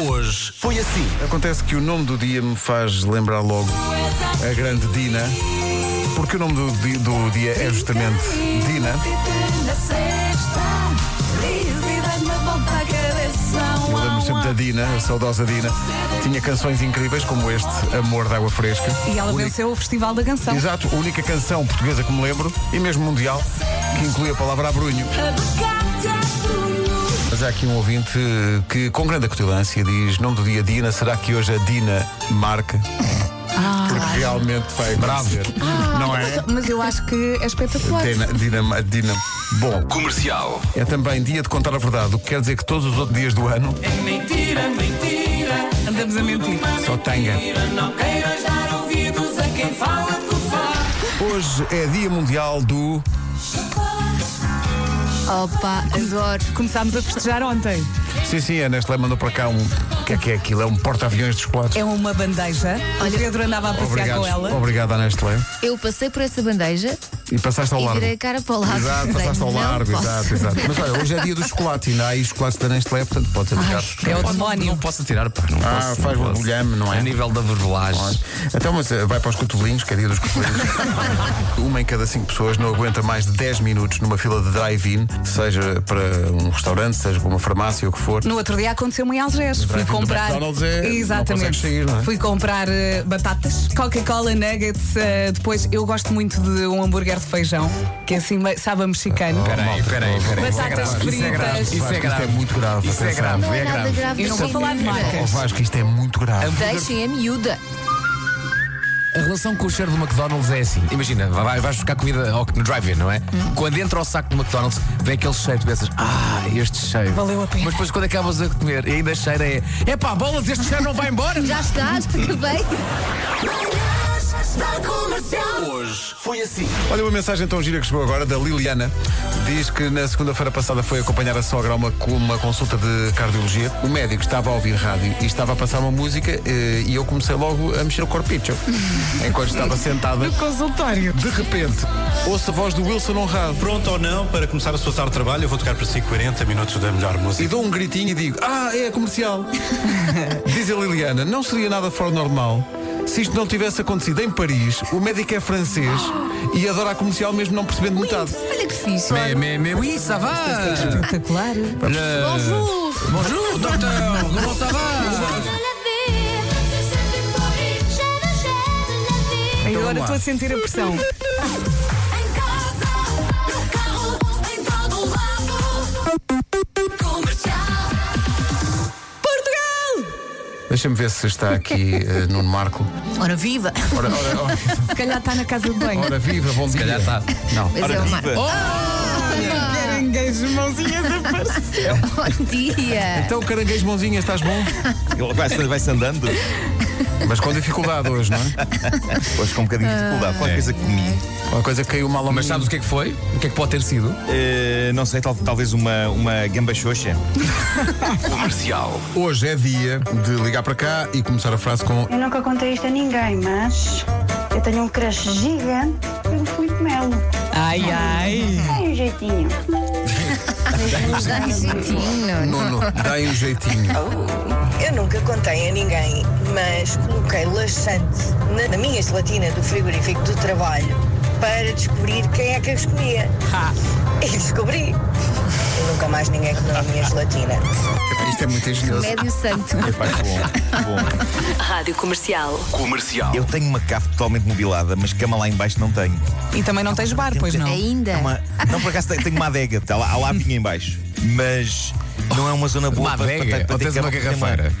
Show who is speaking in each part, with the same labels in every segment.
Speaker 1: hoje foi assim.
Speaker 2: Acontece que o nome do dia me faz lembrar logo a grande Dina, porque o nome do, di- do dia é justamente Dina. Eu lembro sempre da Dina, a saudosa Dina. Tinha canções incríveis como este, Amor de Água Fresca.
Speaker 3: E ela
Speaker 2: Única-
Speaker 3: venceu o Festival da Canção.
Speaker 2: Exato, a única canção portuguesa que me lembro, e mesmo mundial, que inclui a palavra abrunho. Mas há aqui um ouvinte que, com grande acutilância, diz: Nome do dia Dina, será que hoje a Dina marca? Porque realmente vai bravo. Não é?
Speaker 3: Mas eu acho que é espetacular.
Speaker 2: Dina, Dina, Dina. Bom,
Speaker 1: Comercial.
Speaker 2: é também dia de contar a verdade, o que quer dizer que todos os outros dias do ano
Speaker 4: Mentira, mentira,
Speaker 3: Andamos a mentir.
Speaker 2: só tanga.
Speaker 4: não queiras dar ouvidos a quem fala que faz.
Speaker 2: Hoje é dia mundial do.
Speaker 5: Opa, adoro.
Speaker 3: Começámos a festejar ontem.
Speaker 2: Sim, sim, a Nestlé mandou para cá um. O que é que é aquilo? É um porta-aviões de chocolates.
Speaker 3: É uma bandeja. o
Speaker 5: Olha-
Speaker 3: Pedro andava a passear
Speaker 2: Obrigado,
Speaker 3: com ela.
Speaker 2: obrigado à Nestlé.
Speaker 5: Eu passei por essa bandeja
Speaker 2: E passaste ao
Speaker 5: e
Speaker 2: largo.
Speaker 5: virei a cara para o lado.
Speaker 2: Exato,
Speaker 5: Pensei,
Speaker 2: passaste ao
Speaker 5: não
Speaker 2: largo,
Speaker 5: posso.
Speaker 2: exato, exato. Mas olha, hoje é dia do chocolate, ainda há aí chocolate da Nestlé, portanto pode ser
Speaker 3: Ai,
Speaker 2: ligado.
Speaker 3: é o
Speaker 6: Não,
Speaker 3: demónio.
Speaker 6: posso tirar, pá. Não
Speaker 2: Ah,
Speaker 6: posso,
Speaker 2: faz
Speaker 6: não posso.
Speaker 2: borbulhame, não
Speaker 6: A
Speaker 2: é?
Speaker 6: nível da verbolagem.
Speaker 2: Então, mas eh, vai para os cotovelinhos, que é dia dos cotovelinhos. Uma em cada cinco pessoas não aguenta mais de 10 minutos numa fila de drive-in, seja para um restaurante, seja para uma farmácia, o que for.
Speaker 3: No outro dia aconteceu em Algés. Fui
Speaker 2: drive-in do
Speaker 3: comprar.
Speaker 2: McDonald's é- não
Speaker 3: Exatamente.
Speaker 2: consegues sair, não é?
Speaker 3: Fui comprar eh, batatas, Coca-Cola, nuggets. eh, depois, eu gosto muito de um hambúrguer de feijão, que é assim, meio- sabe, a mexicano.
Speaker 6: Peraí, peraí, peraí. Isso é
Speaker 3: Batatas
Speaker 6: grave, Isso é grave.
Speaker 3: fritas.
Speaker 6: Isso é
Speaker 2: Vasco, isto é
Speaker 6: grave.
Speaker 2: muito grave.
Speaker 6: Isso é
Speaker 2: atenção.
Speaker 6: grave.
Speaker 5: Não
Speaker 6: é
Speaker 5: é nada
Speaker 6: grave.
Speaker 5: grave.
Speaker 3: Eu não vou
Speaker 5: sim.
Speaker 3: falar de marcas.
Speaker 2: Oh, Vasco, isto é muito grave.
Speaker 5: Deixem a miúda.
Speaker 6: A relação com o cheiro do McDonald's é assim. Imagina, vai- vais buscar comida ao- no drive-in, não é?
Speaker 3: Hum.
Speaker 6: Quando entra ao saco do McDonald's, vem aquele cheiro, tu pensas, ah, este cheiro.
Speaker 3: Valeu a pena.
Speaker 6: Mas depois quando acabas a comer e ainda cheira é, epá, bolas, este cheiro não vai embora.
Speaker 5: Já estás, acabei.
Speaker 1: Hoje foi assim.
Speaker 2: Olha uma mensagem tão gira que chegou agora da Liliana. Diz que na segunda-feira passada foi acompanhar a sogra a uma, co- uma consulta de cardiologia. O médico estava a ouvir rádio e estava a passar uma música eh, e eu comecei logo a mexer o corpicho enquanto estava sentada.
Speaker 3: Consultório.
Speaker 2: De repente, ouço a voz do Wilson Honrado
Speaker 7: Pronto ou não, para começar a sua tarde de trabalho, eu vou tocar para si 40 minutos da melhor
Speaker 2: e
Speaker 7: música.
Speaker 2: dou um gritinho e digo: Ah, é a comercial. Diz a Liliana: Não seria nada fora do normal se isto não tivesse acontecido em Paris. O médico é francês e adora a comercial mesmo não percebendo metade.
Speaker 5: Olha que fixe.
Speaker 6: É, me, me, oui, ça va.
Speaker 3: Espetacular.
Speaker 5: Bonjour.
Speaker 6: Bonjour, docteur. Comment ça va?
Speaker 3: Agora
Speaker 2: Então vamos lá.
Speaker 3: estou a sentir a pressão. Portugal!
Speaker 2: Deixa-me ver se está aqui eh, Nuno Marco.
Speaker 5: Ora viva.
Speaker 2: Ora, ora, ora,
Speaker 3: Se calhar está na casa de banho.
Speaker 2: ora viva, bom dia.
Speaker 6: calhar tá. está.
Speaker 2: Não.
Speaker 5: Mas é o Marco.
Speaker 3: Querem gays, mãozinhas a
Speaker 5: Bom
Speaker 3: Oh.
Speaker 5: dia.
Speaker 2: Então, caranguejo mãozinha, estás bom?
Speaker 8: Ele vai-se vai andando.
Speaker 2: Mas com dificuldade hoje, não é?
Speaker 8: Hoje com um bocadinho de dificuldade. Qualquer coisa que comi.
Speaker 2: Uma coisa que caiu mal ao
Speaker 6: Mas sabes o que é que foi? O que é que pode ter sido?
Speaker 8: Eh, não sei, tal- talvez uma, uma gamba xoxa.
Speaker 1: Comercial.
Speaker 2: Hoje é dia de ligar para cá e começar a frase com
Speaker 9: Eu nunca contei isto a ninguém, mas eu tenho um crush gigante pelo Filipe Melo.
Speaker 3: Ai, ai.
Speaker 9: Tem um jeitinho.
Speaker 5: Dá jeitinho.
Speaker 2: Nuno, dai um jeitinho.
Speaker 10: Eu nunca contei a ninguém, mas coloquei laxante na, na minha gelatina do frigorífico do trabalho para descobrir quem é que as comia. E descobri. E nunca mais ninguém comeu a minha gelatina.
Speaker 2: Epá, Isto é muito engenhoso.
Speaker 5: Médio
Speaker 2: É
Speaker 5: santo.
Speaker 8: Epá, que bom, que bom.
Speaker 11: Rádio Comercial.
Speaker 1: Comercial.
Speaker 8: Eu tenho uma cave totalmente mobilada, mas cama lá em baixo não tenho.
Speaker 3: E também não tens bar, pois não?
Speaker 8: É
Speaker 5: Ainda.
Speaker 8: uma- não, por acaso tenho- tenho uma adega, tá lá, há lá vinho em baixo. Mas não é uma zona boa
Speaker 6: Uma
Speaker 8: para, para,
Speaker 6: adega?
Speaker 8: para,
Speaker 6: Ou
Speaker 8: ter
Speaker 6: tens
Speaker 8: cama-
Speaker 6: uma
Speaker 8: tem
Speaker 6: garrafeira?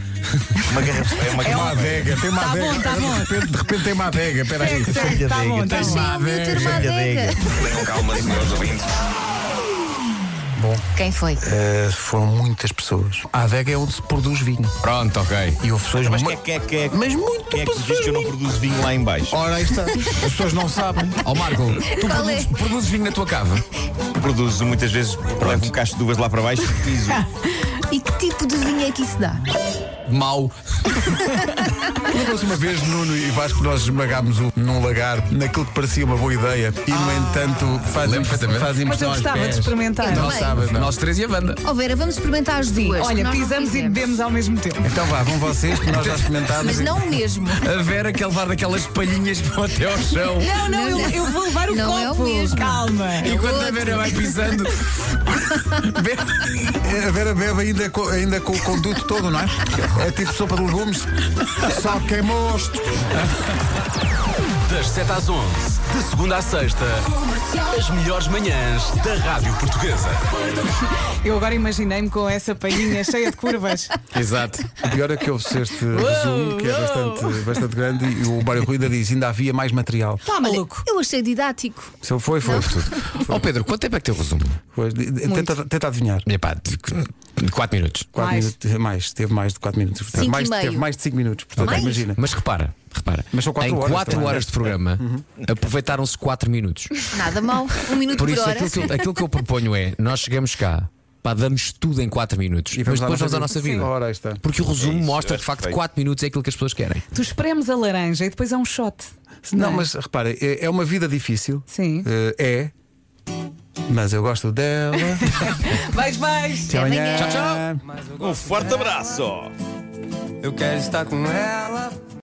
Speaker 8: Uma
Speaker 6: é
Speaker 8: garrafeira. Uma
Speaker 2: Uma
Speaker 8: garrafeira.
Speaker 2: adega, tem uma
Speaker 3: Tá
Speaker 2: adega.
Speaker 3: bom, tá bom.
Speaker 2: De, repente, de repente tem uma adega,
Speaker 5: é
Speaker 2: peraí.
Speaker 3: Segue, segue,
Speaker 8: Tem
Speaker 3: tá
Speaker 8: adega,
Speaker 3: bom,
Speaker 8: tem
Speaker 3: tá
Speaker 5: Achei
Speaker 3: bom.
Speaker 5: o meu ter uma adega.
Speaker 1: Tenham calma, senhores ouvintes.
Speaker 5: Quem foi?
Speaker 2: Eh, foram muitas pessoas. A adega é onde se produz vinho.
Speaker 6: Pronto, ok.
Speaker 2: E houve pessoas.
Speaker 8: Mas
Speaker 2: mu-
Speaker 8: quem é, que- quem é, que-
Speaker 2: Mas muito
Speaker 8: quem é que vos diz que eu não produzo vinho lá em baixo?
Speaker 2: Ora, aí está. As pessoas não sabem.
Speaker 6: Ó Marco, tu
Speaker 5: Qual é?
Speaker 6: produzes, produzes vinho na tua cave?
Speaker 8: Produzo muitas vezes, levo um cacho de uvas lá para baixo e piso.
Speaker 5: E que tipo de vinho é que isso dá?
Speaker 6: mau.
Speaker 2: Lembram-se uma vez, Nuno e Vasco, nós esmagámos um, num lagar naquilo que parecia uma boa ideia e, no entanto, faz,
Speaker 6: Lembro perfeitamente.
Speaker 2: faz
Speaker 3: Ah. Mas eu
Speaker 2: impressão aos
Speaker 3: gostava de
Speaker 2: pés.
Speaker 3: experimentar.
Speaker 5: Eu
Speaker 6: Não
Speaker 5: Bem.
Speaker 6: sabes, não. Nós três e a banda.
Speaker 5: Ó Oh, Vera, vamos experimentar as duas. que
Speaker 3: Olha,
Speaker 5: nós não
Speaker 3: pisamos e
Speaker 5: fizemos.
Speaker 3: bebemos ao mesmo tempo.
Speaker 2: Então vá, vão vocês, que nós já experimentámos.
Speaker 5: Mas
Speaker 2: e-
Speaker 5: não o mesmo.
Speaker 6: A Vera quer levar daquelas palhinhas que vão até ao chão.
Speaker 3: Não, não, eu,
Speaker 5: Não, não.
Speaker 3: eu vou levar o
Speaker 5: Não
Speaker 3: copo.
Speaker 5: é o mesmo.
Speaker 3: Calma.
Speaker 6: Enquanto a Vera vai pisando. Vera-
Speaker 2: A Vera bebe ainda co- ainda com o conduto todo, não é? É tipo sopa de legumes. Só é queimou-os.
Speaker 1: Das 7 às 11, de segunda à sexta, as melhores manhãs da Rádio Portuguesa.
Speaker 3: Eu agora imaginei-me com essa palhinha cheia de curvas.
Speaker 6: Exato.
Speaker 2: O pior é que ouve-se este resumo, que é bastante, bastante grande, e o Mário Ruida diz: ainda havia mais material.
Speaker 3: Está maluco.
Speaker 5: Eu achei didático.
Speaker 2: Se ele foi, foi. tudo.
Speaker 6: Ó Pedro, quanto tempo é que teu resumo?
Speaker 2: Pois, de- de- tenta, tenta adivinhar.
Speaker 6: Epá, de- de 4 minutos.
Speaker 2: Quatro
Speaker 3: Mais.
Speaker 2: minutos, mais, teve mais de 4 minutos. Portanto,
Speaker 5: Cinco e
Speaker 2: mais,
Speaker 5: meio.
Speaker 2: Teve mais de 5 minutos, portanto,
Speaker 5: Mais?
Speaker 2: imagina.
Speaker 6: Mas repara, repara.
Speaker 2: Mas são quatro
Speaker 6: em
Speaker 2: horas
Speaker 6: 4
Speaker 2: também.
Speaker 6: horas Uhum. de programa, aproveitaram-se 4 minutos.
Speaker 5: Nada mal. Um minuto por,
Speaker 6: Por isso,
Speaker 5: hora.
Speaker 6: aquilo que, eu, aquilo que eu proponho é: nós chegamos cá, pá, damos tudo em 4 minutos,
Speaker 2: E
Speaker 6: mas
Speaker 2: à
Speaker 6: depois vamos à nossa vida.
Speaker 2: Ora, aí está.
Speaker 6: Porque o resumo
Speaker 8: É isso,
Speaker 6: mostra
Speaker 8: eu acho
Speaker 6: que, de facto,
Speaker 8: bem.
Speaker 6: 4 minutos é aquilo que as pessoas querem.
Speaker 3: Tu espremes a laranja e depois é um shot.
Speaker 2: Não,
Speaker 3: é?
Speaker 2: mas repara, é, é uma vida difícil.
Speaker 3: Sim.
Speaker 2: Eh, é. Mas eu gosto dela.
Speaker 3: Vais, vais.
Speaker 5: Até amanhã.
Speaker 2: tchau.
Speaker 8: Um forte abraço!
Speaker 4: Eu quero estar com ela.